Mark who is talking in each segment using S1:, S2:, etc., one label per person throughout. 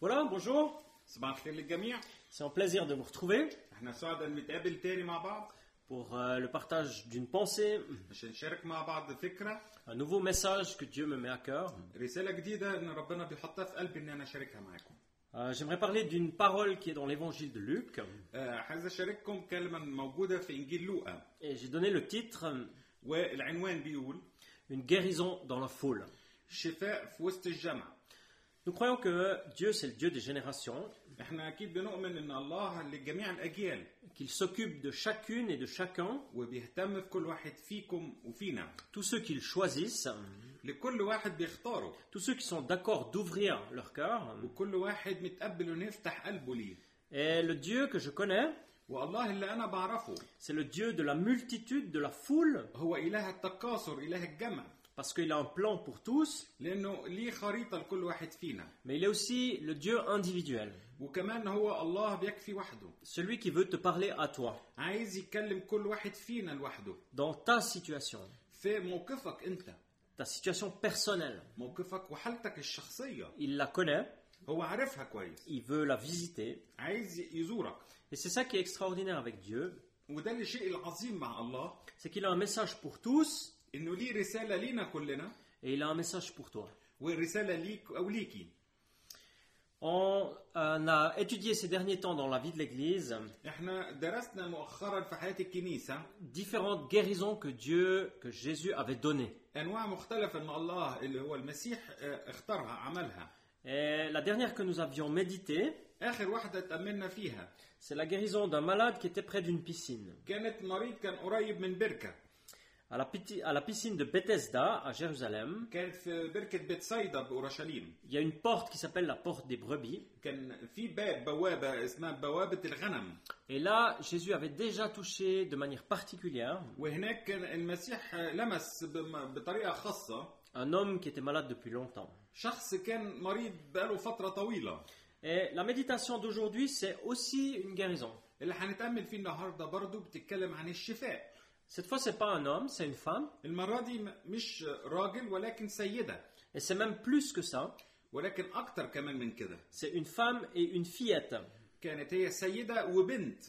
S1: voilà bonjour
S2: صباح الخير للجميع
S1: c'est un plaisir de vous retrouver
S2: احنا سعداء إن نتقابل تاني مع بعض
S1: pour euh, le partage d'une pensée
S2: عشان نشارك مع بعض فكرة
S1: un nouveau message que Dieu me met à cœur
S2: رسالة جديدة ان ربنا بيحطها في قلبي ان انا اشاركها معاكم
S1: Euh, j'aimerais parler d'une parole qui est dans l'évangile de Luc
S2: آه، عايز اشارككم كلمة موجودة في انجيل لوقا
S1: et j'ai donné le titre euh,
S2: والعنوان بيقول
S1: une guérison dans la foule
S2: شفاء في وسط الجمع
S1: nous croyons que Dieu c'est le Dieu des générations
S2: احنا اكيد بنؤمن ان الله لجميع الاجيال
S1: qu'il s'occupe de chacune et de chacun
S2: وبيهتم في كل واحد فيكم وفينا
S1: tous ceux qu'il choisissent
S2: لكل واحد بيختاره
S1: tous ceux qui sont d'accord d'ouvrir leur cœur
S2: وكل واحد متقبل انه يفتح قلبه ليه
S1: et le Dieu que je connais
S2: والله اللي انا بعرفه
S1: c'est le Dieu de la multitude de la foule
S2: هو اله التكاثر اله الجمع
S1: parce qu'il a un plan pour tous
S2: لانه ليه خريطه لكل واحد فينا
S1: mais il est aussi le Dieu individuel
S2: وكمان هو الله بيكفي وحده
S1: celui qui veut te parler à toi
S2: عايز يتكلم كل واحد فينا لوحده
S1: dans ta situation
S2: في موقفك انت
S1: ta situation personnelle
S2: موقفك وحالتك الشخصيه
S1: il la connaît
S2: هو عارفها كويس
S1: il veut la visiter
S2: عايز يزورك
S1: et c'est ça qui est extraordinaire avec Dieu
S2: وده الشيء العظيم مع الله
S1: c'est qu'il a un message pour tous
S2: انه ليه رساله لينا كلنا
S1: et il a un message pour toi
S2: ورساله ليك او ليكي
S1: on euh, a étudié ces derniers temps dans la vie de l'Église
S2: احنا درسنا مؤخرا في حياه الكنيسه
S1: différentes guérisons que Dieu, que Jésus avait données.
S2: انواع مختلفه ان الله اللي هو المسيح اه، اختارها عملها
S1: Et la dernière que nous avions méditée,
S2: اخر واحده اتاملنا فيها
S1: c'est la guérison d'un malade qui était près d'une piscine.
S2: كانت مريض كان قريب من بركه
S1: À la, piti- à la piscine de Bethesda, à Jérusalem,
S2: كانت في بركة بيتسايدا بأورشليم
S1: il y a une porte qui s'appelle la porte des brebis.
S2: كان في باب بوابة اسمها بوابة الغنم
S1: Et là, Jésus avait déjà touché de manière particulière
S2: وهناك كان المسيح لمس بم- بطريقة خاصة
S1: un homme qui était malade depuis longtemps.
S2: شخص كان مريض بقاله فترة طويلة
S1: Et la méditation d'aujourd'hui, c'est aussi une guérison.
S2: اللي هنتأمل فيه النهاردة برضو بتتكلم عن الشفاء
S1: Cette fois, c'est pas un homme, c'est une femme.
S2: المرة دي م- مش راجل ولكن سيدة
S1: Et c'est même plus que ça.
S2: ولكن أكتر كمان من كده
S1: C'est une femme et une fillette.
S2: كانت هي سيدة وبنت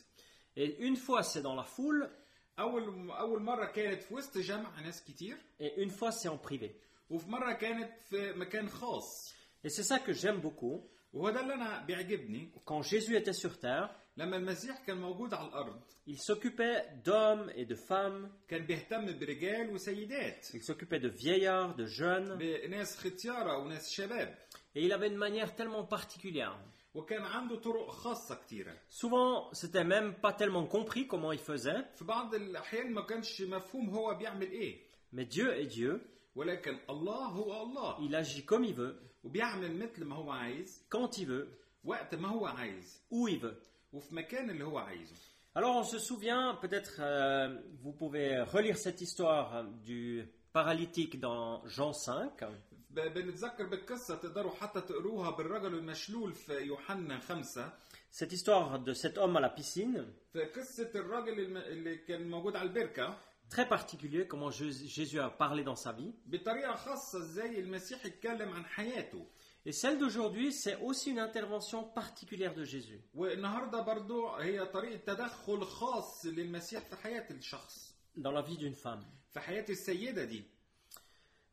S1: Et une fois, c'est dans la foule,
S2: أول أول مرة كانت في وسط جمع ناس كتير
S1: et une fois c'est en privé.
S2: وفي مرة كانت في مكان خاص
S1: Et c'est ça que j'aime beaucoup.
S2: وهو ده اللي أنا بيعجبني
S1: Quand Jésus était sur terre,
S2: لما المسيح كان موجود على الأرض
S1: il s'occupait d'hommes et de femmes,
S2: كان بيهتم برجال وسيدات
S1: il s'occupait de vieillards, de jeunes,
S2: بناس ختيارة وناس شباب
S1: et il avait une manière tellement particulière.
S2: وكان عنده طرق خاصة كتيرة
S1: Souvent, c'était même pas tellement compris comment il faisait,
S2: في بعض الأحيان ما كانش مفهوم هو بيعمل إيه
S1: mais Dieu est Dieu,
S2: ولكن الله هو الله
S1: il agit comme il veut,
S2: وبيعمل مثل ما هو عايز
S1: quand il veut,
S2: وقت ما هو عايز
S1: où il veut.
S2: وفي مكان اللي هو عايزه
S1: Alors on se souvient, peut-être euh, vous pouvez relire cette histoire euh, du paralytique dans Jean 5.
S2: ب- بنتذكر بالقصة تقدروا حتى تقروها بالرجل المشلول في يوحنا خمسة
S1: Cette histoire de cet homme à la piscine,
S2: في قصة الراجل الم- اللي كان موجود على البركة
S1: très particulier comment Jé- Jésus a parlé dans sa vie.
S2: بطريقة خاصة ازاي المسيح اتكلم عن حياته
S1: Et celle d'aujourd'hui, c'est aussi une intervention particulière de Jésus.
S2: والنهاردة برضو هي طريقة تدخل خاص للمسيح في حياة الشخص
S1: dans la vie d'une femme.
S2: في حياة السيدة دي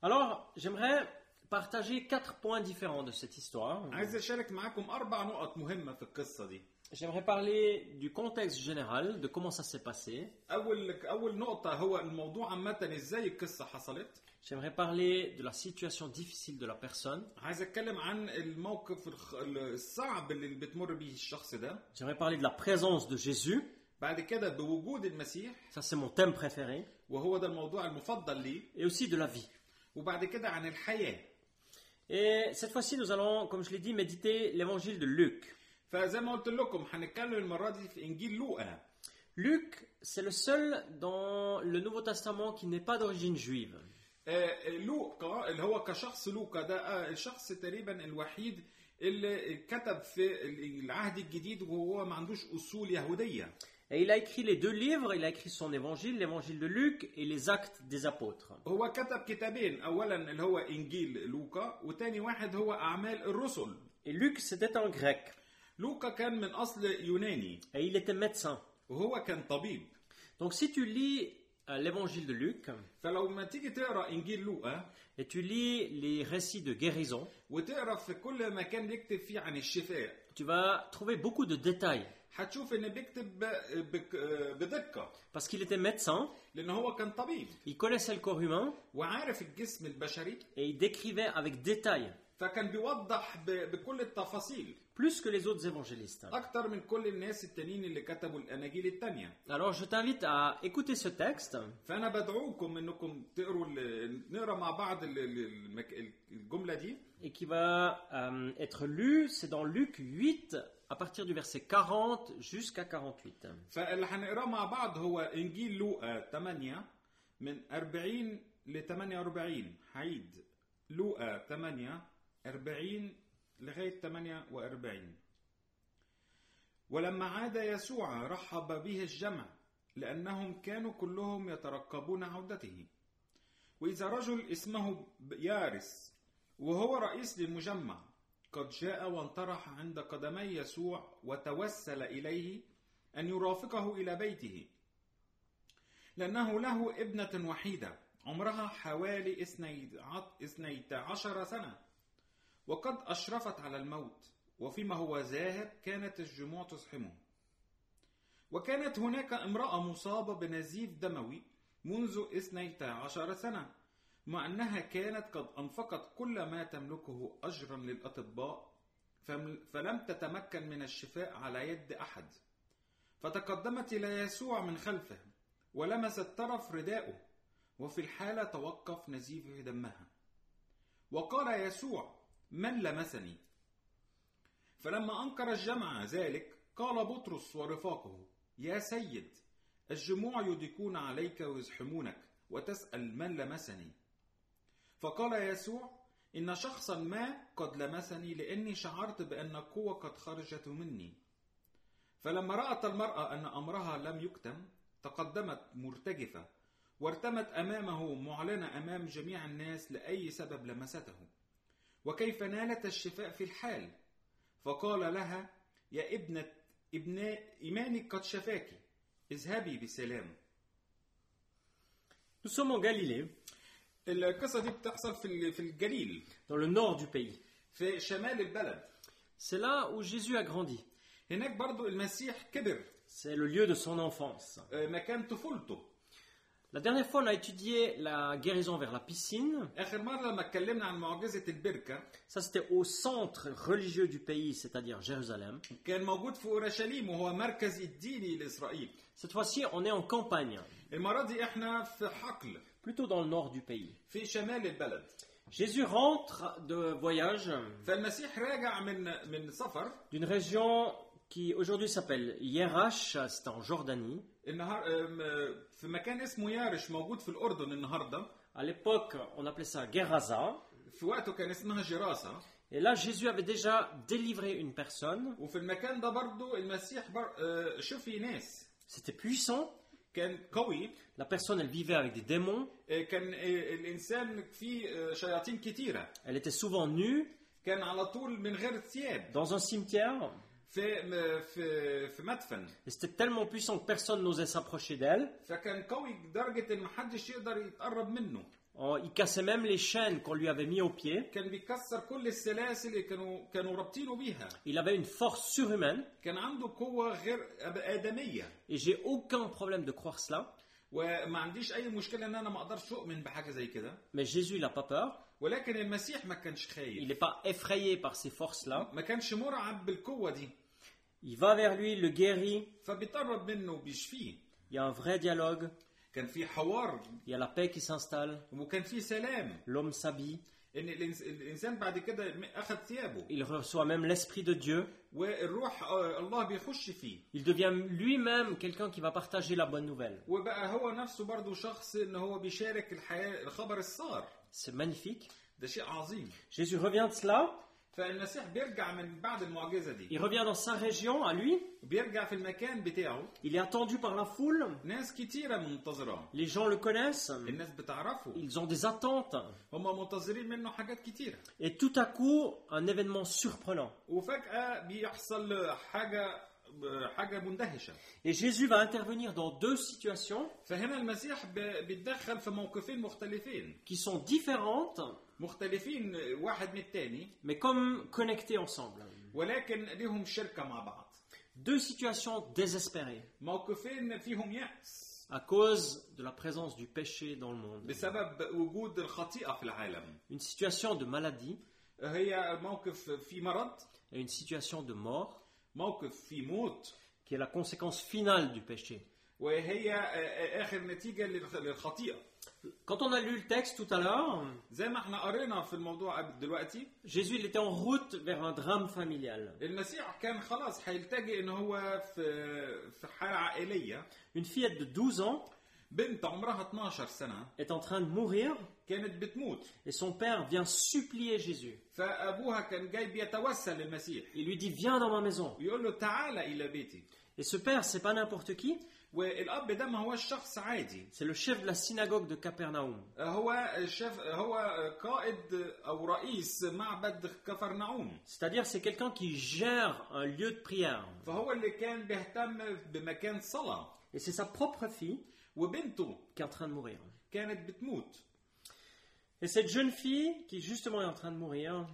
S1: Alors, j'aimerais partager quatre points différents de cette histoire.
S2: عايز أشارك معاكم أربع نقط مهمة في القصة دي
S1: J'aimerais parler du contexte général, de comment ça s'est passé.
S2: أول أول نقطة هو الموضوع عامة إزاي القصة حصلت
S1: J'aimerais parler de la situation difficile de la personne.
S2: عايز أتكلم عن الموقف الخ- الصعب اللي بتمر بيه الشخص ده
S1: J'aimerais parler de la présence de Jésus.
S2: بعد كده بوجود المسيح
S1: Ça, c'est mon thème préféré.
S2: وهو ده الموضوع المفضل ليه
S1: Et aussi de la vie.
S2: وبعد كده عن الحياة
S1: Et cette fois-ci, nous allons, comme je l'ai dit, méditer l'évangile de Luc.
S2: فزي ما قلت لكم هنتكلم المرة دي في إنجيل لوقا
S1: Luc, c'est le seul dans le Nouveau Testament qui n'est pas d'origine juive.
S2: آه، لوقا اللي هو كشخص لوقا ده آه، الشخص تقريبا الوحيد اللي كتب في العهد الجديد وهو ما عندوش اصول يهوديه
S1: Et il a écrit les deux livres, il a écrit son évangile, l'évangile de Luc et les actes des apôtres.
S2: هو كتب كتابين اولا اللي هو انجيل لوقا وتاني واحد هو اعمال الرسل
S1: Et Luc, c'était un grec
S2: لوكا كان من أصل يوناني
S1: et il était médecin.
S2: وهو كان طبيب
S1: Donc si tu lis euh, l'évangile de Luc
S2: فلو ما تيجي تقرا انجيل لوقا
S1: et tu lis les récits de guérison,
S2: وتقرا في كل مكان بيكتب فيه عن الشفاء
S1: tu vas trouver beaucoup de détails
S2: هتشوف ان بيكتب ب- بك- بدقه
S1: parce qu'il était médecin,
S2: لان هو كان طبيب
S1: il connaissait le corps humain
S2: وعارف الجسم البشري
S1: et il décrivait avec détail
S2: فكان بيوضح ب- بكل التفاصيل
S1: plus que les autres évangélistes.
S2: اكتر من كل الناس التانيين اللي كتبوا الاناجيل التانية
S1: Alors je t'invite à écouter ce texte
S2: فانا بدعوكم انكم تقروا ال- نقرا مع بعض ال- ال- المك- الجمله دي
S1: et qui va euh, être lu, c'est dans Luc 8 à partir du verset 40 jusqu'à 48.
S2: فاللي هنقراه مع بعض هو انجيل لوقا 8 من 40 ل 48 هعيد لوقا 8 40 لغايه 48 ولما عاد يسوع رحب به الجمع لانهم كانوا كلهم يترقبون عودته واذا رجل اسمه يارس وهو رئيس للمجمع قد جاء وانطرح عند قدمي يسوع وتوسل اليه أن يرافقه إلى بيته لأنه له ابنة وحيدة عمرها حوالي اثني ع- اثنيت عشر سنة وقد أشرفت على الموت وفيما هو ذاهب كانت الجموع تزحمه وكانت هناك امرأة مصابة بنزيف دموي منذ اثنيت عشر سنة مع أنها كانت قد أنفقت كل ما تملكه أجرا للأطباء فم- فلم تتمكن من الشفاء على يد أحد فتقدمت إلى يسوع من خلفه ولمست طرف رداءه وفي الحالة توقف نزيف دمها وقال يسوع من لمسني فلما أنكر الجمع ذلك قال بطرس ورفاقه يا سيد الجموع يضيقون عليك ويزحمونك وتسأل من لمسني فقال يسوع إن شخصا ما قد لمسني لأني شعرت بأن القوة قد خرجت مني فلما رأت المرأة أن أمرها لم يكتم تقدمت مرتجفة وارتمت أمامه معلنة أمام جميع الناس لأي سبب لمسته وكيف نالت الشفاء في الحال فقال لها يا ابنة ابناء إيمانك قد شفاك اذهبي بسلام
S1: Nous sommes en Galilée,
S2: القصة دي بتحصل في ال- في الجليل
S1: dans le nord du pays.
S2: في شمال البلد
S1: C'est là où Jésus a grandi.
S2: هناك برضو المسيح كبر
S1: C'est le lieu de son enfance.
S2: آه، مكان طفولته
S1: La dernière fois, on a étudié la guérison vers la piscine.
S2: آخر مرة لما اتكلمنا عن معجزة البركة
S1: Ça, c'était au centre religieux du pays, c'est-à-dire Jérusalem.
S2: كان موجود في اورشليم وهو مركز الديني لاسرائيل
S1: Cette fois-ci, on est en campagne,
S2: المره دي احنا في حقل
S1: plutôt dans le nord du pays.
S2: في شمال البلد
S1: Jésus rentre de voyage
S2: فالمسيح راجع من من سفر
S1: d'une région qui aujourd'hui s'appelle Yerash, c'est en Jordanie.
S2: النهار أم، في مكان اسمه يارش موجود في الاردن النهارده
S1: À l'époque, on appelait ça Geraza.
S2: في وقته كان اسمها جراسه
S1: Et là, Jésus avait déjà délivré une personne.
S2: وفي المكان ده برضو المسيح بر... أه، شفي ناس
S1: C'était puissant.
S2: كان قوي
S1: La personne, elle vivait avec des démons.
S2: أه، كان أه، الانسان فيه أه، شياطين كتيره
S1: Elle était souvent nue,
S2: كان على طول من غير ثياب
S1: dans un cimetière.
S2: في م- في في مدفن
S1: Et c'était tellement puissant que personne n'osait s'approcher d'elle.
S2: فكان قوي لدرجة إن محدش يقدر يتقرب منه
S1: En- il cassait même les chaînes qu'on lui avait mis aux pieds.
S2: كان بيكسر كل السلاسل اللي كانوا كانوا رابطينه بيها
S1: Il avait une force surhumaine.
S2: كان عنده قوة غير آدمية
S1: Et j'ai aucun problème de croire cela.
S2: وما عنديش أي مشكلة إن أنا ما أقدرش أؤمن بحاجة زي كده
S1: Mais Jésus, il n'a pas peur.
S2: ولكن المسيح ما كانش خايف
S1: Il n'est pas effrayé par ces forces-là.
S2: ما كانش مرعب بالقوة دي
S1: Il va vers lui, il le guérit.
S2: فبيتقرب منه وبيشفيه
S1: Il y a un vrai dialogue.
S2: كان في حوار
S1: Il y a la paix qui s'installe.
S2: وكان في سلام
S1: L'homme s'habille.
S2: ان الإنس- الانسان بعد كده اخذ ثيابه
S1: Il reçoit même l'Esprit de Dieu.
S2: والروح آه، الله بيخش فيه
S1: Il devient lui-même quelqu'un qui va partager la bonne nouvelle.
S2: وبقى هو نفسه برضه شخص ان هو بيشارك الحياه الخبر السار
S1: C'est magnifique.
S2: ده شيء عظيم
S1: Jésus revient de cela.
S2: فالمسيح بيرجع من بعد المعجزه دي
S1: Il revient dans sa région, à lui.
S2: بيرجع في المكان بتاعه
S1: Il est attendu par la foule.
S2: ناس كتيره منتظراه
S1: Les gens le connaissent.
S2: الناس بتعرفه
S1: Ils ont des attentes.
S2: هم منتظرين منه حاجات كتيره
S1: Et tout à coup, un événement surprenant.
S2: وفجاه بيحصل آه، حاجه حاجه مندهشه
S1: Et Jésus va intervenir dans deux situations
S2: فهنا المسيح ب- بيتدخل في موقفين مختلفين
S1: qui sont différentes,
S2: مختلفين واحد من التاني
S1: mais comme connectées ensemble.
S2: ولكن ليهم شركه مع بعض
S1: Deux situations désespérées
S2: موقفين فيهم يأس
S1: à cause de la présence du péché dans le monde.
S2: بسبب وجود الخطيئة في العالم
S1: Une situation de maladie
S2: هي موقف في مرض
S1: et une situation de mort
S2: موقف في موت
S1: qui est la conséquence finale du péché.
S2: وهي آخر نتيجة للخ- للخطيئة
S1: Quand on a lu le texte tout à l'heure,
S2: زي ما احنا قرينا في الموضوع قبل دلوقتي
S1: Jésus il était en route vers un drame familial.
S2: المسيح كان خلاص هيلتجئ ان هو في في حالة عائلية
S1: Une fillette de 12 ans
S2: بنت عمرها 12 سنة
S1: est en train de mourir
S2: كانت بتموت
S1: et son père vient supplier Jésus.
S2: فابوها كان جاي بيتوسل للمسيح
S1: Il lui dit viens dans ma maison.
S2: ويقول له تعال الى بيتي
S1: Et ce père, c'est pas n'importe qui,
S2: والاب ده ما هوش شخص عادي
S1: c'est le chef de la synagogue de Capernaum.
S2: هو شاف هو قائد او رئيس معبد كفرنعوم
S1: C'est-à-dire c'est quelqu'un qui gère un lieu de prière.
S2: فهو اللي كان بيهتم بمكان صلاة
S1: Et c'est sa propre fille
S2: وبنته
S1: qui est en train de mourir.
S2: كانت بتموت
S1: Et cette jeune fille qui justement est en train de mourir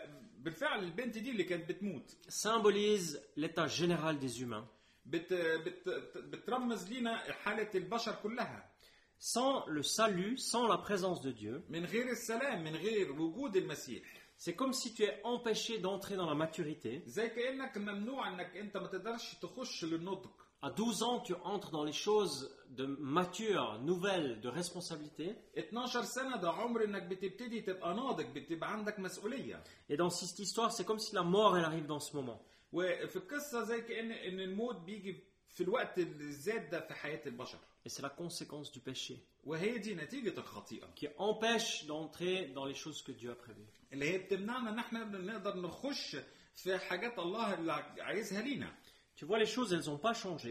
S2: فبالفعل البنت دي اللي كانت بتموت
S1: symbolise l'état général des humains.
S2: بت بت بترمز لينا حالة البشر كلها
S1: Sans le salut, sans la présence de Dieu,
S2: من غير السلام من غير وجود المسيح
S1: c'est comme si tu es empêché d'entrer dans la maturité.
S2: زي كأنك ممنوع انك انت ما تقدرش تخش للنضج
S1: À 12 ans, tu entres dans les choses de mature, nouvelles, de responsabilité.
S2: 12 سنة ده عمر انك بتبتدي تبقى ناضج بتبقى عندك مسؤولية
S1: Et dans cette histoire, c'est comme si la mort, elle arrive dans ce moment.
S2: وفي القصه زي كان ان الموت بيجي في الوقت الزاد ده في حياه البشر
S1: Et c'est la conséquence du péché
S2: وهي دي نتيجه الخطيئه
S1: qui empêche d'entrer dans les choses que Dieu a prévues.
S2: اللي هي بتمنعنا ان احنا نقدر نخش في حاجات الله اللي عايزها لينا
S1: Tu vois, les choses, elles n'ont pas changé.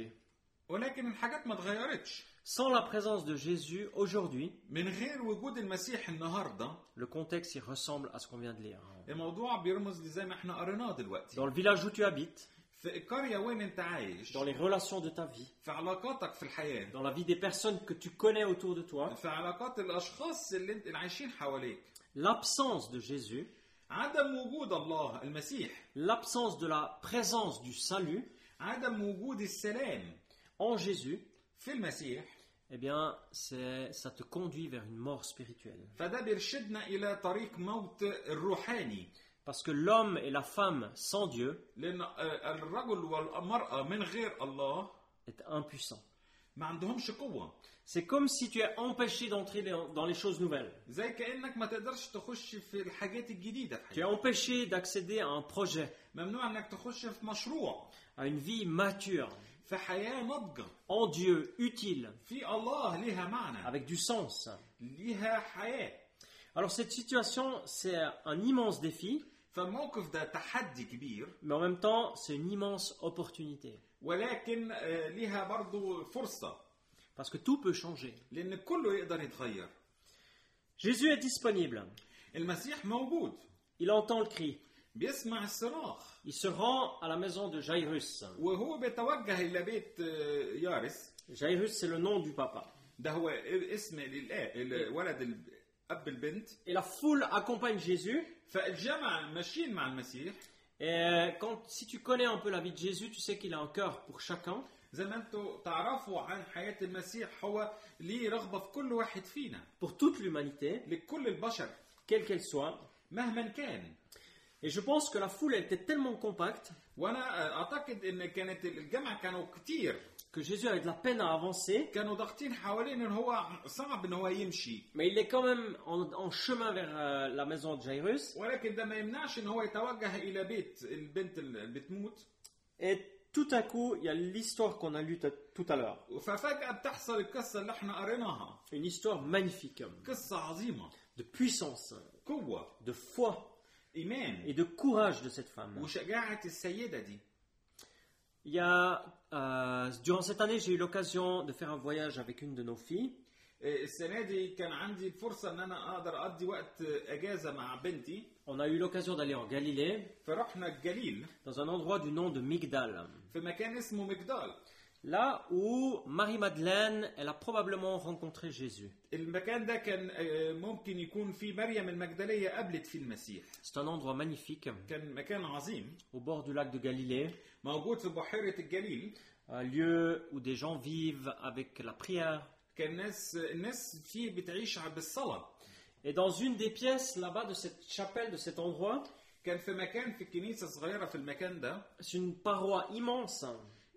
S2: ولكن الحاجات ما اتغيرتش
S1: Sans la présence de Jésus, aujourd'hui,
S2: من غير وجود المسيح النهارده
S1: le contexte, il ressemble à ce qu'on vient de lire.
S2: الموضوع بيرمز لزي ما احنا قريناه دلوقتي
S1: Dans le village où tu habites,
S2: في القريه وين انت عايش
S1: dans les relations de ta vie,
S2: في علاقاتك في الحياه
S1: dans la vie des personnes que tu connais autour de toi,
S2: في علاقات الاشخاص اللي انت اللي عايشين حواليك
S1: l'absence de Jésus,
S2: عدم وجود الله المسيح
S1: l'absence de la présence du salut
S2: عدم وجود السلام
S1: en Jésus,
S2: في المسيح
S1: eh bien, c'est- ça te conduit vers une mort spirituelle.
S2: فده بيرشدنا الى طريق موت الروحاني
S1: Parce que l'homme et la femme sans Dieu
S2: لان آه، الرجل والمراه من غير الله
S1: est impuissant.
S2: ما عندهمش قوه
S1: C'est comme si tu es empêché d'entrer dans dans les choses nouvelles.
S2: زي كانك ما تقدرش تخش في الحاجات الجديده في
S1: Tu es
S2: حياتك
S1: empêché d'accéder à un projet,
S2: ممنوع انك تخش في مشروع
S1: à une vie mature,
S2: في حياه ناضجه
S1: en Dieu, utile,
S2: في الله ليها معنى
S1: avec du sens.
S2: ليها حياه
S1: Alors cette situation, c'est un immense défi,
S2: فالموقف ده تحدي كبير
S1: mais en même temps, c'est une immense opportunité.
S2: ولكن آه، ليها برضو فرصه
S1: Parce que tout peut changer.
S2: لان كله يقدر يتغير
S1: Jésus est disponible.
S2: المسيح موجود
S1: Il entend le cri.
S2: بيسمع الصراخ
S1: Il se rend à la maison de Jairus.
S2: وهو بيتوجه الى بيت آه، يارس
S1: Jairus, c'est le nom du papa.
S2: ده هو اسم الآ- الولد ال- اب البنت
S1: Et la foule accompagne Jésus.
S2: فالجمع ماشيين مع المسيح
S1: Et euh, quand, si tu connais un peu la vie de Jésus, tu sais qu'il a un cœur pour chacun.
S2: زي ما انتم تعرفوا عن حياه المسيح هو ليه رغبه في كل واحد فينا
S1: pour toute l'humanité,
S2: لكل البشر
S1: quelle qu'elle soit.
S2: مهما كان
S1: Et je pense que la foule elle était tellement compacte
S2: وانا اعتقد ان آه، كانت الجمع كانوا كتير
S1: que Jésus avait de la peine à avancer,
S2: كانوا ضاغطين حوالين ان هو صعب ان هو يمشي
S1: mais il est quand même en, en chemin vers euh, la maison de Jairus.
S2: ولكن ده ما يمنعش ان هو يتوجه الى بيت البنت اللي بتموت
S1: Et tout à coup, il y a l'histoire qu'on a lue t- tout à l'heure.
S2: ففجاه بتحصل القصه اللي احنا قريناها
S1: Une histoire magnifique,
S2: قصة عظيمة
S1: de puissance,
S2: قوة
S1: de foi,
S2: إيمان
S1: et de courage de cette femme.
S2: وشجاعة السيدة دي
S1: Il y a, euh, durant cette année, j'ai eu l'occasion de faire un voyage avec une de nos filles.
S2: آه، السنة دي كان عندي الفرصة إن أنا أقدر أقضي وقت آه، أجازة مع بنتي
S1: On a eu l'occasion d'aller en Galilée,
S2: فرحنا الجليل
S1: dans un endroit du nom de Migdal.
S2: في مكان اسمه مجدال
S1: Là où Marie-Madeleine, elle a probablement rencontré Jésus.
S2: المكان ده كان آه، ممكن يكون فيه مريم المجدلية قابلت فيه المسيح
S1: C'est un endroit magnifique,
S2: كان مكان عظيم
S1: au bord du lac de Galilée,
S2: موجود في بحيرة الجليل
S1: un lieu où des gens vivent avec la prière.
S2: كان ناس الناس فيه بتعيش ع- بالصلاة
S1: Et dans une des pièces là-bas de cette chapelle, de cet endroit,
S2: كان في مكان في الكنيسة صغيرة في المكان ده
S1: c'est une paroi immense,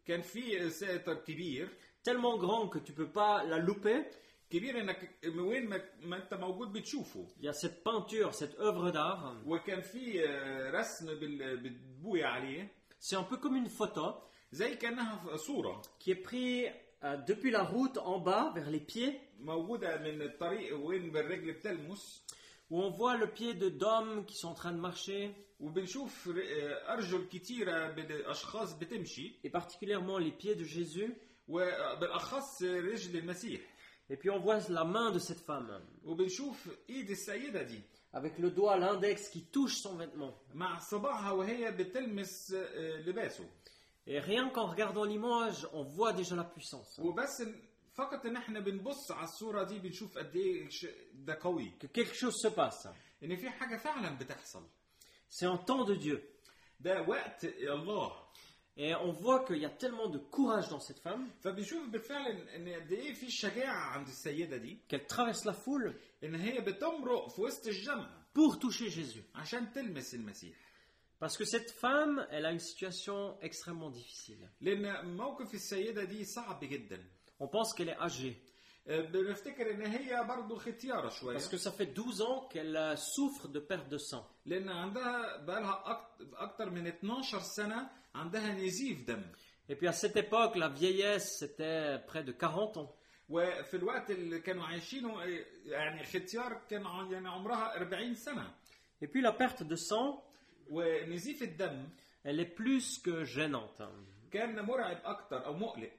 S2: كان في ساتر كبير
S1: tellement grand que tu peux pas la louper.
S2: كبير انك من وين ما, ما انت موجود بتشوفه
S1: Il y a cette peinture, cette œuvre d'art.
S2: وكان في آه، رسم بال- بتبوي عليه
S1: C'est un peu comme une photo
S2: زي كانها صورة
S1: qui est prise euh, depuis la route en bas vers les pieds,
S2: موجودة من الطريق وين بالرجل بتلمس
S1: où on voit le pied de d'hommes qui sont en train de marcher,
S2: وبنشوف ر- آه، أرجل كتيرة بالأشخاص بتمشي
S1: et particulièrement les pieds de Jésus.
S2: وبالأخص رجل المسيح
S1: Et puis on voit la main de cette femme,
S2: وبنشوف إيد السيدة دي
S1: avec le doigt, l'index qui touche son vêtement.
S2: مع صباعها وهي بتلمس آه، لباسه
S1: Et rien qu'en regardant l'image, on voit déjà la puissance. hein,
S2: وبس إن- فقط ان احنا بنبص على الصوره دي بنشوف قد ايه ش- ده قوي
S1: Que quelque chose se passe.
S2: ان في حاجه فعلا بتحصل
S1: C'est en temps de Dieu.
S2: ده وقت الله
S1: Et on voit qu'il y a tellement de courage dans cette femme
S2: فبنشوف بالفعل إن- ان قد ايه في شجاعه عند السيده دي
S1: qu'elle traverse la foule
S2: ان هي بتمرق في وسط الجمع
S1: pour toucher Jésus.
S2: عشان تلمس المسيح
S1: Parce que cette femme, elle a une situation extrêmement difficile.
S2: لان موقف السيده دي صعب جدا
S1: On pense qu'elle est âgée.
S2: أه، بنفتكر ان هي برضو ختياره شويه
S1: Parce que ça fait 12 ans qu'elle euh, souffre de perte de sang.
S2: لان عندها بقالها أك- اكتر من 12 سنه عندها نزيف دم
S1: Et puis à cette époque, la vieillesse, c'était près de 40 ans.
S2: وفي الوقت اللي كانوا عايشينه آه، يعني ختيار كان ع- يعني عمرها 40 سنة
S1: Et puis la perte de sang,
S2: ونزيف الدم
S1: elle est plus que gênante.
S2: كان مرعب أكتر أو مقلق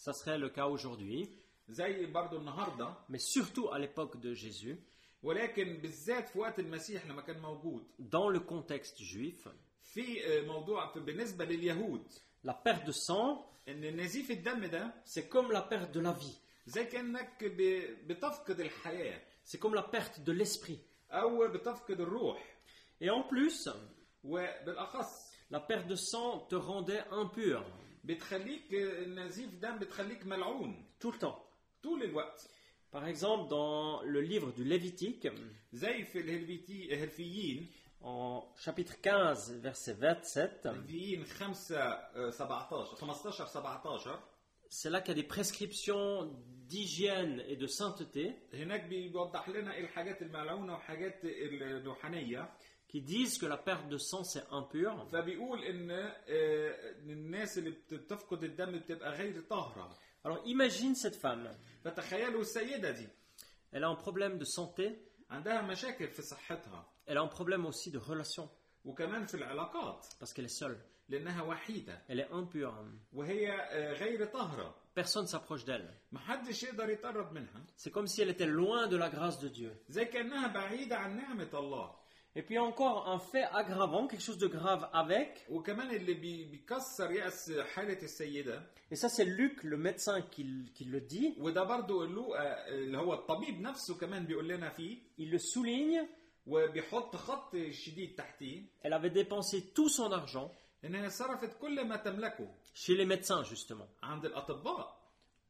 S1: Ça serait le cas aujourd'hui,
S2: زي برضو النهاردة
S1: mais surtout à l'époque de Jésus,
S2: ولكن بالذات في وقت المسيح لما كان موجود
S1: dans le contexte juif.
S2: في آه، موضوع في- بالنسبة لليهود
S1: La perte de sang,
S2: إن نزيف الدم ده
S1: c'est comme la perte de la vie,
S2: زي كأنك ب- بتفقد الحياة
S1: c'est comme la perte de l'esprit.
S2: أو بتفقد الروح
S1: Et en plus,
S2: وبالأخص
S1: la perte de sang te rendait impur,
S2: بتخليك آه، نزيف دم بتخليك ملعون
S1: tout le temps.
S2: طول الوقت
S1: Par exemple, dans le livre du Lévitique,
S2: زي في الهلفيتي الهلفيين
S1: en chapitre 15, verset 27,
S2: ليفيين 5 آه، 17 15 17
S1: c'est là qu'il y a des prescriptions d'hygiène et de sainteté
S2: هناك بيوضح لنا إيه الحاجات الملعونه وحاجات الروحانيه
S1: qui disent que la perte de sang c'est impur
S2: فبيقول ان آه، إن الناس اللي بت- بتفقد الدم بتبقى غير طاهره
S1: Alors imagine cette femme.
S2: فتخيلوا السيده دي
S1: Elle a un problème de santé,
S2: عندها مشاكل في صحتها
S1: elle a un problème aussi de relation
S2: وكمان في العلاقات
S1: parce qu'elle est seule,
S2: لانها وحيده
S1: elle est impure.
S2: وهي آه، غير طاهره
S1: Personne s'approche d'elle.
S2: محدش يقدر يتقرب منها
S1: C'est comme si elle était loin de la grâce de Dieu.
S2: زي كانها بعيده عن نعمه الله
S1: Et puis encore un fait aggravant, quelque chose de grave avec,
S2: وكمان اللي بي- بيكسر يأس حاله السيده
S1: et ça c'est Luc le médecin qui, l- qui le dit,
S2: وده برضو لوقا اللي هو الطبيب نفسه كمان بيقول لنا فيه
S1: il le souligne,
S2: وبيحط خط شديد تحتيه
S1: elle avait dépensé tout son argent
S2: انها صرفت كل ما تملكه
S1: chez les médecins justement.
S2: عند الاطباء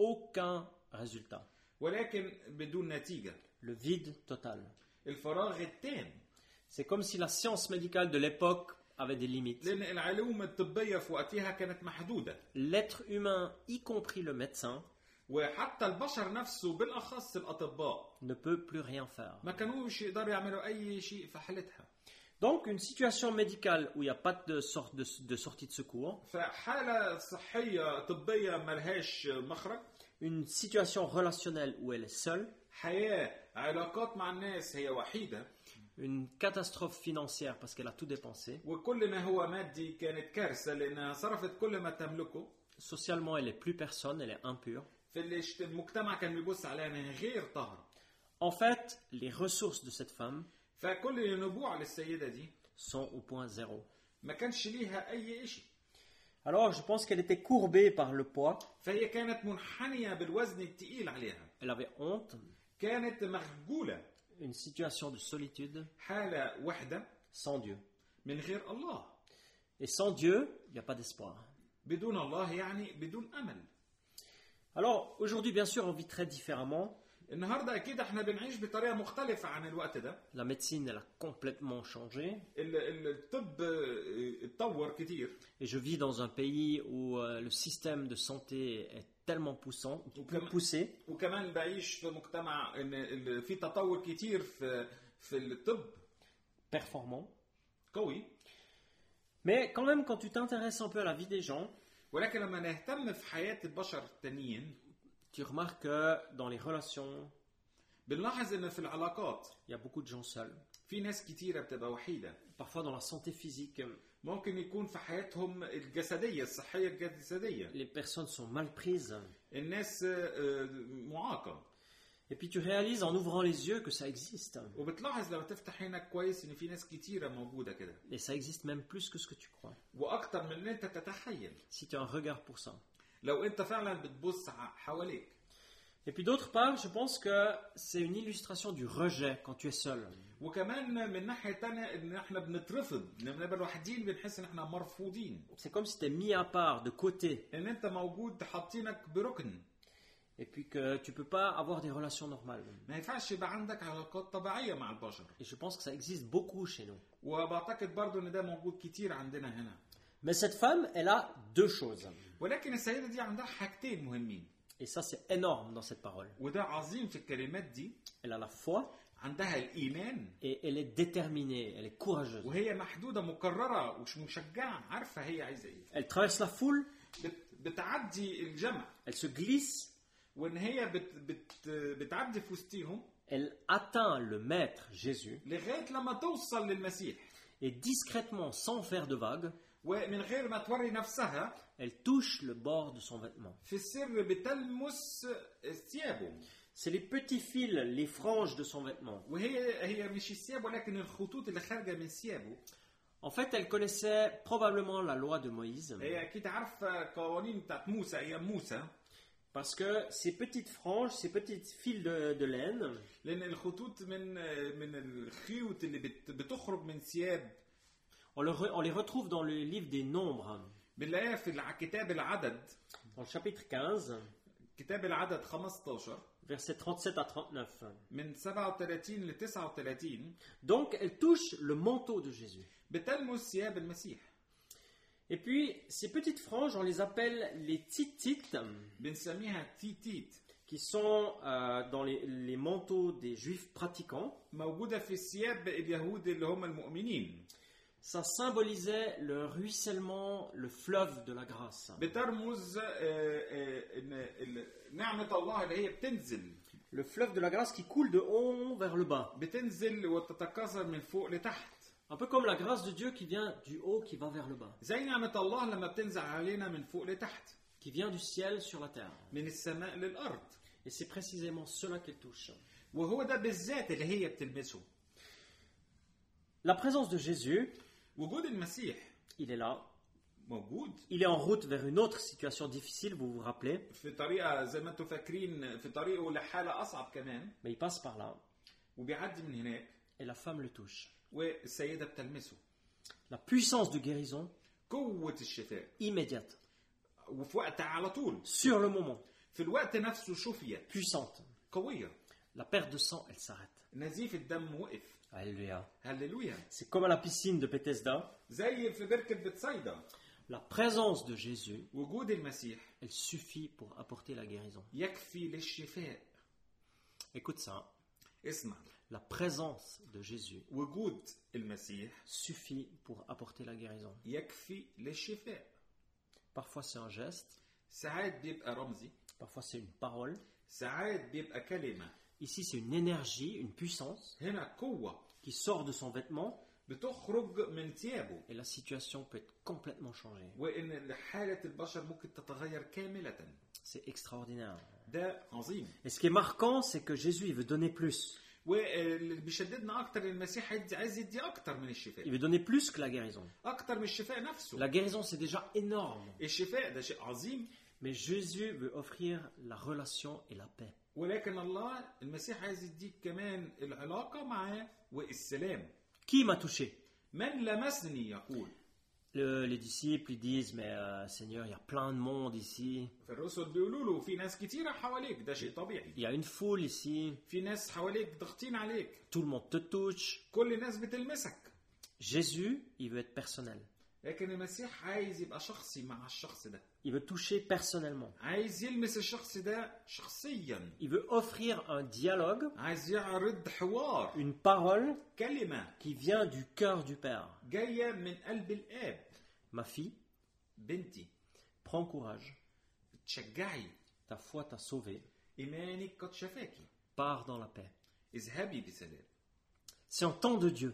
S1: Aucun résultat.
S2: ولكن بدون نتيجه
S1: Le vide total.
S2: الفراغ التام
S1: C'est comme si la science médicale de l'époque avait des limites.
S2: لان العلوم الطبيه في وقتها كانت محدوده
S1: L'être humain, y compris le médecin,
S2: وحتى البشر نفسه بالاخص الاطباء
S1: ne peut plus rien faire.
S2: ما كانوش يقدروا يعملوا اي شيء في حالتها
S1: Donc, une situation médicale où il n'y a pas de, sorte de, de sortie de secours,
S2: فحاله صحيه طبيه ملهاش مخرج
S1: une situation relationnelle où elle est seule,
S2: حياه علاقات مع الناس هي وحيده
S1: une catastrophe financière parce qu'elle a tout dépensé.
S2: وكل ما هو مادي كانت كارثة لأنها صرفت كل ما تملكه
S1: Socialement, elle est plus personne, elle est impure.
S2: في اللي اشت- المجتمع كان بيبص عليها إنها غير طاهرة
S1: En fait, les ressources de cette femme
S2: فكل النبوع للسيدة دي
S1: sont au point zéro.
S2: ما كانش ليها أي شيء
S1: Alors, je pense qu'elle était courbée par le poids.
S2: فهي كانت منحنية بالوزن التقيل عليها
S1: Elle avait honte,
S2: كانت مخجولة
S1: une situation de solitude
S2: حالة وحدة
S1: sans Dieu.
S2: من غير الله
S1: Et sans Dieu, il n'y a pas d'espoir.
S2: بدون الله يعني بدون أمل
S1: Alors, aujourd'hui, bien sûr, on vit très différemment.
S2: النهاردة أكيد احنا بنعيش بطريقة مختلفة عن الوقت ده
S1: La médecine, elle a complètement changé.
S2: ال- ال- الطب آه، اتطور كتير
S1: Et je vis dans un pays où euh, le système de santé est tellement poussant, plus poussé,
S2: وكمان بعيش في مجتمع ان ال- في تطور كتير في في الطب
S1: performant.
S2: قوي
S1: Mais quand même, quand tu t'intéresses un peu à la vie des gens,
S2: ولكن لما نهتم في حياة البشر التانيين
S1: tu remarques que dans les relations,
S2: بنلاحظ ان في العلاقات
S1: il y a beaucoup de gens seuls.
S2: في ناس كتيرة بتبقى وحيدة
S1: Parfois, dans la santé physique,
S2: ممكن يكون في حياتهم الجسدية الصحية الجسدية
S1: les personnes sont mal prises.
S2: الناس آه، آه، معاقة
S1: Et puis, tu réalises en ouvrant les yeux que ça existe.
S2: وبتلاحظ لو تفتح عينك كويس ان في ناس كتيرة موجودة كده
S1: Et ça existe même plus que ce que tu crois.
S2: واكتر من اللي انت تتخيل
S1: Si tu as un regard pour ça.
S2: لو انت فعلا بتبص ع- حواليك
S1: Et puis d'autre part, je pense que c'est une illustration du rejet quand tu es seul.
S2: وكمان من ناحيه تانية ان احنا بنترفض لما نبقى لوحدين بنحس ان احنا مرفوضين
S1: C'est comme si tu es mis à part, de côté,
S2: ان انت موجود حاطينك بركن
S1: et puis que tu peux pas avoir des relations normales.
S2: ما ينفعش يبقى عندك علاقات طبيعيه مع البشر
S1: Et je pense que ça existe beaucoup chez nous.
S2: وبعتقد برضو ان ده موجود كتير عندنا هنا
S1: Mais cette femme, elle a deux choses.
S2: ولكن السيده دي عندها حاجتين مهمين
S1: Et ça, c'est énorme dans cette parole.
S2: وده عظيم في الكلمات دي
S1: Elle a la foi
S2: عندها الايمان
S1: et elle est déterminée, elle est courageuse.
S2: وهي محدوده مكرره ومش مشجعه عارفه هي عايزه ايه
S1: Elle traverse la foule,
S2: بت- بتعدي الجمع
S1: elle se glisse,
S2: وان هي بت بت بتعدي في وسطيهم
S1: elle atteint le maître Jésus
S2: لغايه لما توصل للمسيح
S1: et discrètement, sans faire de vagues,
S2: ومن غير ما توري نفسها
S1: elle touche le bord de son vêtement.
S2: في السر بتلمس ثيابه
S1: C'est les petits fils, les franges de son vêtement.
S2: وهي هي مش الثياب ولكن الخطوط اللي خارجه من ثيابه
S1: En fait, elle connaissait probablement la loi de Moïse
S2: هي اكيد عارفه قوانين بتاعت موسى ايام موسى
S1: parce que ces petites franges, ces petites fils de, de laine,
S2: لان الخطوط من من الخيوط اللي بت بتخرج من ثياب
S1: on, le re- on les retrouve dans le livre des Nombres,
S2: بنلاقيها في الع- كتاب العدد
S1: dans le chapitre 15,
S2: كتاب العدد 15
S1: versets 37 à 39.
S2: من 37 ل 39
S1: Donc, elle touche le manteau de Jésus.
S2: بتلمس ثياب المسيح
S1: Et puis, ces petites franges, on les appelle les titites,
S2: بنسميها تيتيت
S1: qui sont euh, dans les, les manteaux des juifs pratiquants.
S2: موجودة في الثياب اليهود اللي هم المؤمنين
S1: Ça symbolisait le ruissellement, le fleuve de la grâce.
S2: بترمز آه، آه، إن ال- نعمة الله اللي هي بتنزل
S1: Le fleuve de la grâce qui coule de haut vers le bas.
S2: بتنزل وتتكاثر من فوق لتحت
S1: Un peu comme la grâce de Dieu qui vient du haut, qui va vers le bas,
S2: زي نعمة الله لما بتنزل علينا من فوق لتحت
S1: qui vient du ciel sur la terre.
S2: من السماء للأرض
S1: Et c'est précisément cela qu'elle touche.
S2: وهو ده بالذات اللي هي بتلمسه
S1: La présence de Jésus,
S2: وجود المسيح
S1: il est là.
S2: موجود
S1: Il est en route vers une autre situation difficile, vous vous rappelez,
S2: في طريقة زي ما انتم فاكرين في طريقه لحالة أصعب كمان
S1: mais il passe par là.
S2: وبيعدي من هناك
S1: Et la femme le touche.
S2: والسيدة بتلمسه
S1: La puissance de guérison
S2: قوة الشفاء
S1: immédiate,
S2: وفي وقتها على طول
S1: sur le moment,
S2: في الوقت نفسه شفيت
S1: puissante.
S2: قوية
S1: La perte de sang, elle s'arrête.
S2: نزيف الدم وقف
S1: Alléluia.
S2: هللويا
S1: C'est comme à la piscine de Bethesda.
S2: زي في بركة بتسايدا
S1: La présence de Jésus,
S2: وجود المسيح
S1: elle suffit pour apporter la guérison.
S2: يكفي للشفاء
S1: Écoute ça. hein.
S2: اسمع
S1: La présence de Jésus
S2: وجود المسيح
S1: suffit pour apporter la guérison.
S2: يكفي للشفاء
S1: Parfois c'est un geste,
S2: ساعات بيبقى رمزي
S1: parfois c'est une parole.
S2: ساعات بيبقى كلمة
S1: Ici c'est une énergie, une puissance
S2: هنا قوة
S1: qui qui sort de son vêtement
S2: بتخرج من ثيابه
S1: et la situation peut être complètement changée.
S2: وان حاله البشر ممكن تتغير كامله
S1: C'est extraordinaire.
S2: ده عظيم
S1: Et ce qui est marquant, c'est que Jésus, il veut donner plus.
S2: واللي بيشددنا اكتر المسيح عايز- عايز يدي اكتر من
S1: Il
S2: الشفاء
S1: veut donner plus que la guérison.
S2: اكتر من الشفاء نفسه
S1: La guérison, c'est déjà énorme.
S2: الشفاء ده شيء عظيم
S1: Mais Jésus veut offrir la relation et la paix.
S2: ولكن الله المسيح عايز يديك كمان العلاقه معاه والسلام
S1: Qui m'a touché
S2: من لمسني يقول
S1: Le- Les disciples, ils disent, mais euh, Seigneur, il y a plein de monde ici.
S2: فالرسل بيقولوا له في ناس كتيره حواليك ده شيء طبيعي
S1: Il y a une foule ici.
S2: في ناس حواليك ضاغطين عليك
S1: Tout le monde te touche.
S2: كل الناس بتلمسك
S1: Jésus, il veut être personnel.
S2: لكن المسيح عايز يبقى شخصي مع الشخص ده
S1: Il veut toucher personnellement.
S2: عايز يلمس الشخص ده شخصيا
S1: Il veut offrir un dialogue,
S2: عايز يعرض حوار
S1: une parole
S2: كلمة
S1: qui vient du cœur du Père.
S2: جاية من قلب الآب
S1: Ma fille,
S2: بنتي
S1: prends courage.
S2: تشجعي
S1: Ta foi t'a sauvée.
S2: إيمانك قد شفاكي
S1: Pars dans la paix.
S2: اذهبي بسلام
S1: C'est un temps de Dieu.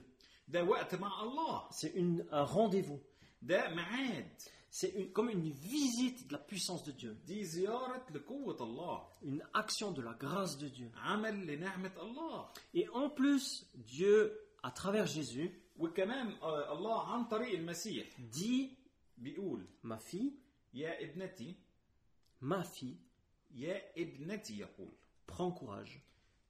S2: ده وقت مع الله
S1: C'est une- un rendez-vous.
S2: ده معاد
S1: C'est une- comme une visite de la puissance de Dieu.
S2: دي زيارة لقوة الله
S1: Une action de la grâce de Dieu.
S2: عمل لنعمة الله
S1: Et en plus, Dieu, à travers Jésus,
S2: وكمان آه، الله عن طريق المسيح
S1: dit,
S2: بيقول
S1: ma fille,
S2: يا ابنتي
S1: ma fille,
S2: يا ابنتي يقول
S1: prends courage.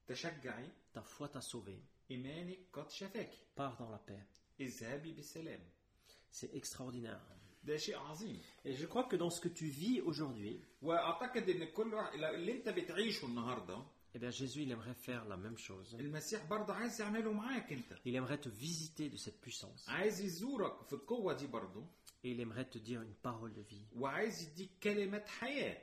S2: تشجعي
S1: Ta foi t'a sauvée.
S2: إيمانك قد شفاكي
S1: Pars dans la paix.
S2: اذهبي بسلام
S1: C'est extraordinaire.
S2: ده شيء عظيم
S1: Et je crois que dans ce que tu vis aujourd'hui,
S2: واعتقد ان كل واحد اللي انت بتعيشه النهارده
S1: eh bien Jésus, il aimerait faire la même chose.
S2: المسيح برضه عايز يعمله معاك انت
S1: Il aimerait te visiter de cette puissance.
S2: عايز يزورك في القوه دي برضه
S1: Et il aimerait te dire une parole de vie.
S2: وعايز يديك كلمه حياه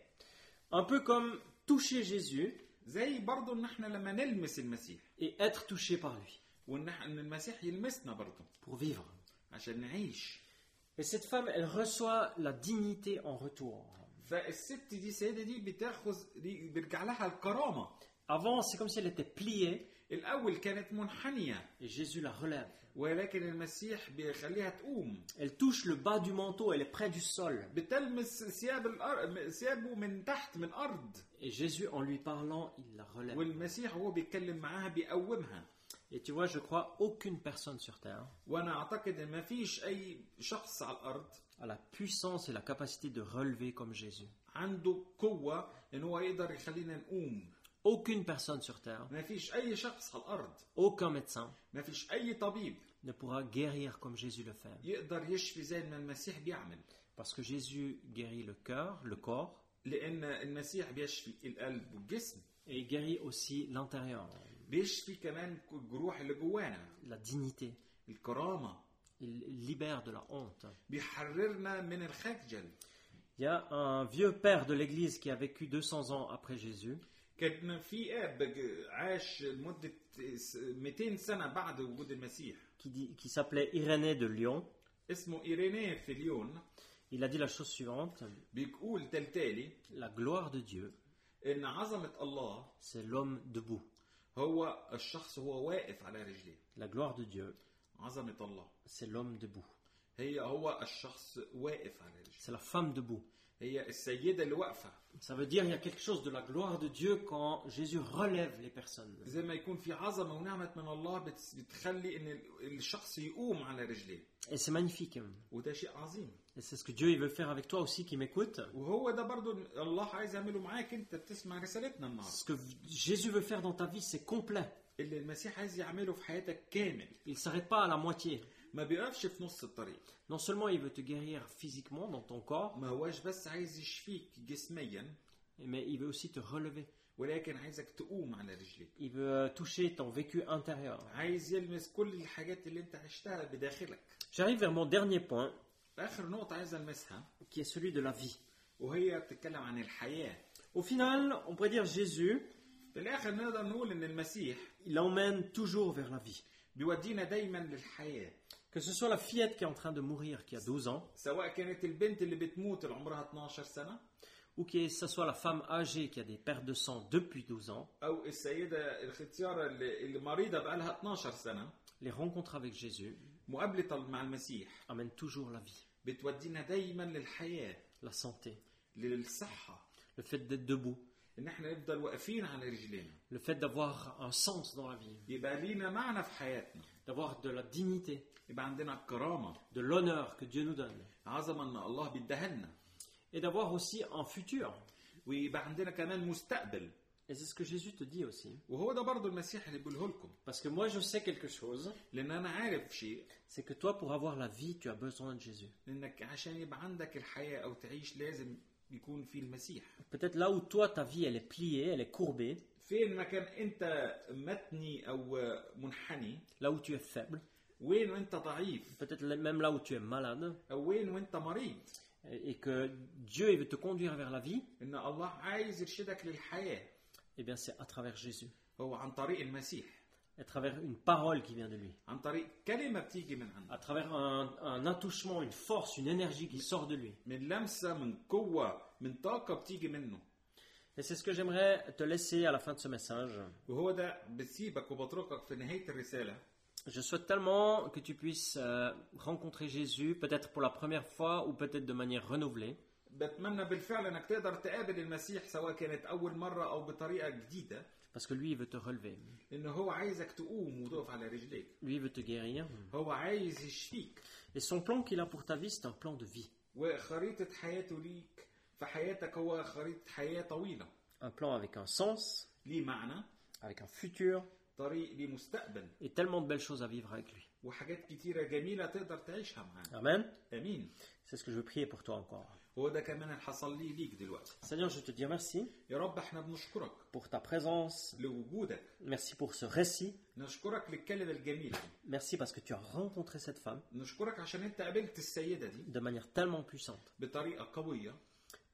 S1: Un peu comme toucher Jésus
S2: زي برضه ان احنا لما نلمس المسيح
S1: et être touché par lui
S2: وان إح- ان المسيح يلمسنا برضه
S1: pour vivre.
S2: عشان نعيش
S1: Et cette femme, elle reçoit la dignité en retour.
S2: فالست دي السيده دي بتاخذ دي بيرجع لها الكرامه
S1: Avant, c'est comme si elle était pliée
S2: الاول كانت منحنيه
S1: et Jésus la relève.
S2: ولكن المسيح بيخليها تقوم
S1: Elle touche le bas du manteau, elle est près du sol.
S2: بتلمس ثياب الأرض ثيابه من تحت من أرض
S1: Et Jésus, en lui parlant, il la relève.
S2: والمسيح وهو بيتكلم معاها بيقومها
S1: Et tu vois, je crois, aucune personne sur Terre
S2: وأنا أعتقد إن ما فيش أي شخص على الأرض
S1: a la puissance et la capacité de relever comme Jésus.
S2: عنده قوة إن هو يقدر يخلينا نقوم
S1: Aucune personne sur Terre,
S2: ما فيش أي شخص على الأرض
S1: aucun médecin
S2: ما فيش أي طبيب
S1: ne pourra guérir comme Jésus le fait.
S2: يقدر يشفي زي ما المسيح بيعمل
S1: Parce que Jésus guérit le cœur, le corps,
S2: لأن المسيح بيشفي القلب والجسم
S1: et il guérit aussi l'intérieur,
S2: بيشفي كمان الجروح اللي جوانا
S1: la dignité.
S2: الكرامة
S1: Il libère de la honte.
S2: بيحررنا من الخجل
S1: Il y a un vieux père de l'Église qui a vécu 200 ans après Jésus.
S2: كان في اب ج- عاش لمده س- 200 سنه بعد وجود المسيح
S1: qui, dit- qui s'appelait Irénée de Lyon.
S2: اسمه ايرينيه في ليون
S1: Il a dit la chose suivante
S2: بيقول تلتالي
S1: La gloire de Dieu,
S2: ان عظمه الله
S1: c'est l'homme debout.
S2: هو الشخص هو واقف على رجليه
S1: La gloire de Dieu,
S2: عظمه الله
S1: c'est l'homme debout.
S2: هي هو الشخص واقف على رجليه
S1: C'est la femme debout.
S2: هي السيده اللي واقفه
S1: Ça veut dire il y a quelque chose de la gloire de Dieu quand Jésus relève les personnes.
S2: زي ما يكون في عظمه ونعمه من الله بت- بتخلي ان ال- الشخص يقوم على رجليه
S1: Et c'est magnifique.
S2: وده شيء عظيم
S1: Et c'est ce que Dieu il veut faire avec toi aussi qui m'écoute.
S2: وهو ده برضو الله عايز يعمله معاك انت بتسمع رسالتنا النهارده
S1: Ce que Jésus veut faire dans ta vie, c'est complet.
S2: اللي المسيح عايز يعمله في حياتك كامل
S1: Il ne s'arrête pas à la moitié.
S2: ما بيقفش في نص الطريق
S1: Non seulement il veut te guérir physiquement dans ton corps,
S2: ما هواش بس عايز يشفيك جسميا
S1: mais il veut aussi te relever.
S2: ولكن عايزك تقوم على رجليك
S1: Il veut euh, toucher ton vécu intérieur.
S2: عايز يلمس كل الحاجات اللي انت عشتها بداخلك
S1: J'arrive vers mon dernier point,
S2: اخر نقطة عايز المسها
S1: qui est celui de la vie.
S2: وهي بتتكلم عن الحياة
S1: Au final, on pourrait dire Jésus,
S2: في الاخر نقدر نقول ان المسيح
S1: il emmène toujours vers la vie.
S2: بيودينا دايما للحياة
S1: Que ce soit la fillette qui est en train de mourir, qui a 12 ans,
S2: سواء كانت البنت اللي بتموت اللي عمرها 12 سنة
S1: ou que ce soit la femme âgée qui a des pertes de sang depuis 12 ans,
S2: او السيده الختياره اللي اللي مريضه بقى لها 12 سنه
S1: les rencontres avec Jésus
S2: مقابله مع المسيح
S1: amènent toujours la vie,
S2: بتودينا دايما للحياه
S1: la santé,
S2: للصحه
S1: le fait d'être debout,
S2: ان احنا نفضل واقفين على رجلينا
S1: le fait d'avoir un sens dans la vie,
S2: يبقى لينا معنى في حياتنا
S1: d'avoir de la dignité,
S2: يبقى عندنا الكرامه
S1: de l'honneur que Dieu nous donne,
S2: عظمه ان الله بيديها لنا
S1: et d'avoir aussi un futur.
S2: ويبقى عندنا كمان مستقبل
S1: Et c'est ce que Jésus te dit aussi.
S2: وهو ده برضو المسيح اللي بيقوله لكم
S1: Parce que moi, je sais quelque chose,
S2: لان انا عارف شيء
S1: c'est que toi, pour avoir la vie, tu as besoin de Jésus.
S2: انك عشان يبقى عندك الحياه او تعيش لازم يكون في المسيح
S1: Peut-être là où toi, ta vie, elle est pliée, elle est courbée,
S2: فين ما كان انت متني او منحني
S1: là où tu es faible,
S2: وين وانت ضعيف
S1: peut-être même là où tu es malade,
S2: او وين وانت مريض
S1: et que Dieu il veut te conduire vers la vie,
S2: ان الله عايز يرشدك للحياه
S1: eh bien c'est à travers Jésus,
S2: هو عن طريق المسيح
S1: à travers une parole qui vient de lui,
S2: عن طريق كلمه بتيجي من عنده
S1: à travers un, un attouchement, une force, une énergie qui sort de lui.
S2: من لمسه من قوه من طاقه بتيجي منه
S1: Et c'est ce que j'aimerais te laisser à la fin de ce message.
S2: وهو ده بسيبك وبتركك في نهايه الرساله
S1: Je souhaite tellement que tu puisses euh, rencontrer Jésus, peut-être pour la première fois ou peut-être de manière renouvelée.
S2: بتمنى بالفعل انك تقدر تقابل المسيح سواء كانت اول مره او بطريقه جديده
S1: Parce que lui, il veut te relever.
S2: لان هو عايزك تقوم وتقف على رجليك
S1: Lui, il veut te guérir.
S2: هو عايز يشفيك
S1: Et son plan qu'il a pour ta vie, c'est un plan de vie.
S2: وخريطه حياته ليك في حياتك هو خريطه حياه طويله
S1: Un plan avec un sens,
S2: ليه معنى
S1: avec un futur
S2: طريق ليه مستقبل
S1: et tellement de belles choses à vivre avec lui.
S2: وحاجات كتيره جميله تقدر تعيشها معاه
S1: Amen.
S2: امين
S1: C'est ce que je veux prier pour toi encore.
S2: هو ده كمان اللي حصل لي ليك دلوقتي
S1: Seigneur, je te dis merci
S2: يا رب احنا بنشكرك
S1: pour ta présence.
S2: لوجودك
S1: Merci pour ce récit.
S2: نشكرك للكلمه الجميله دي.
S1: Merci parce que tu as rencontré cette femme
S2: نشكرك عشان انت قابلت السيده دي
S1: de manière tellement puissante.
S2: بطريقه قويه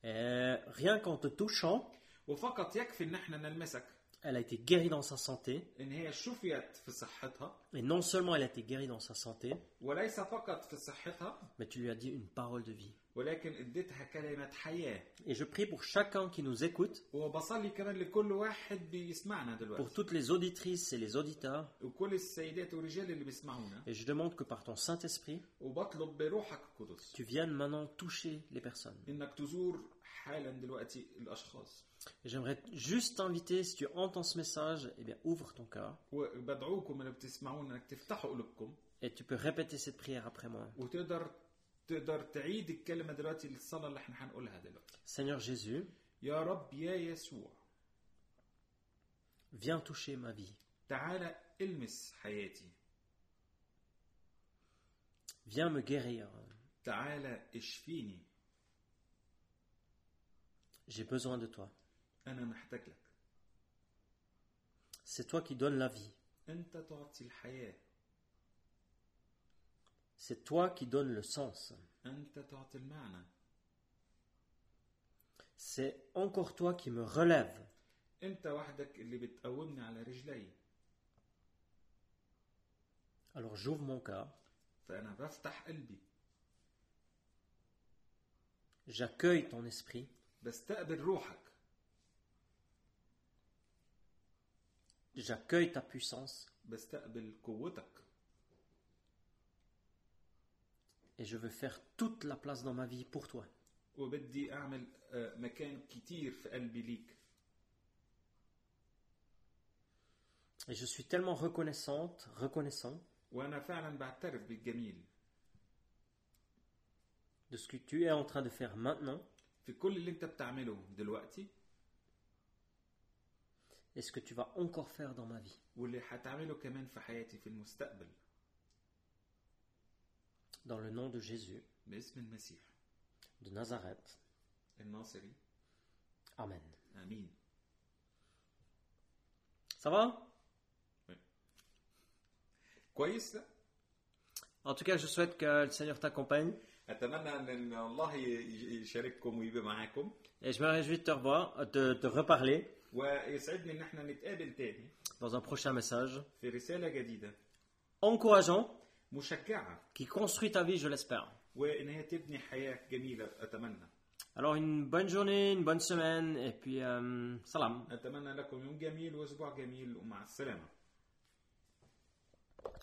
S1: Et euh, rien qu'en te touchant,
S2: وفقط يكفي ان احنا نلمسك
S1: elle a été guérie dans sa santé.
S2: ان هي شفيت في صحتها
S1: Et non seulement elle a été guérie dans sa santé,
S2: وليس فقط في صحتها
S1: mais tu lui as dit une parole de vie.
S2: ولكن اديتها كلمه حياه
S1: Et je prie pour chacun qui nous écoute,
S2: وبصلي كمان لكل واحد بيسمعنا
S1: pour
S2: دلوقتي
S1: toutes les auditrices et les auditeurs.
S2: وكل السيدات والرجال اللي بيسمعونا
S1: Et je demande que par ton Saint-Esprit,
S2: وبطلب بروحك القدس
S1: tu viennes maintenant toucher les personnes.
S2: انك تزور حالا دلوقتي الاشخاص
S1: Et j'aimerais juste t'inviter, si tu entends ce message, eh bien ouvre ton cœur.
S2: وبدعوكم اللي بتسمعونا انك تفتحوا قلوبكم
S1: Et tu peux répéter cette prière après moi.
S2: وتقدر تقدر تعيد الكلمه دلوقتي الصلاه اللي احنا هنقولها دلوقتي
S1: Seigneur Jésus,
S2: يا رب يا يسوع
S1: viens toucher ma vie.
S2: تعالى المس حياتي
S1: Viens me guérir.
S2: تعالى اشفيني
S1: J'ai besoin de toi.
S2: انا محتاج لك
S1: C'est toi qui donnes la vie.
S2: انت تعطي الحياه
S1: C'est toi qui donnes le sens.
S2: انت تعطي المعنى
S1: C'est encore toi qui me relève.
S2: انت وحدك اللي بتقومني على رجلي
S1: Alors j'ouvre mon cœur.
S2: فانا بفتح قلبي
S1: J'accueille ton esprit.
S2: بستقبل روحك
S1: J'accueille ta puissance.
S2: بستقبل قوتك
S1: Et je veux faire toute la place dans ma vie pour toi.
S2: وبدي اعمل آه، مكان كتير في قلبي ليك
S1: Et je suis tellement reconnaissante, reconnaissant
S2: وانا فعلا بعترف بالجميل
S1: de ce que tu es en train de faire maintenant
S2: في كل اللي انت بتعمله دلوقتي
S1: et ce que tu vas encore faire dans ma vie,
S2: واللي هتعمله كمان في حياتي في المستقبل
S1: dans le nom de Jésus,
S2: باسم المسيح
S1: de Nazareth.
S2: الناصري
S1: Amen.
S2: امين
S1: Ça va
S2: كويس ده؟
S1: En tout cas, je souhaite que le Seigneur t'accompagne
S2: اتمنى ان إن الله ي- يشارككم ويبقى معاكم
S1: et je me réjouis de te revoir, euh, de te reparler
S2: ويسعدني ان احنا نتقابل تاني
S1: dans un prochain message
S2: في رساله جديده
S1: encourageant
S2: مشجعه
S1: qui construit ta vie, je l'espère.
S2: وان هي تبني حياه جميله اتمنى
S1: Alors une bonne journée, une bonne semaine et puis euh, salam.
S2: أتمنى لكم يوم جميل وأسبوع جميل ومع السلامة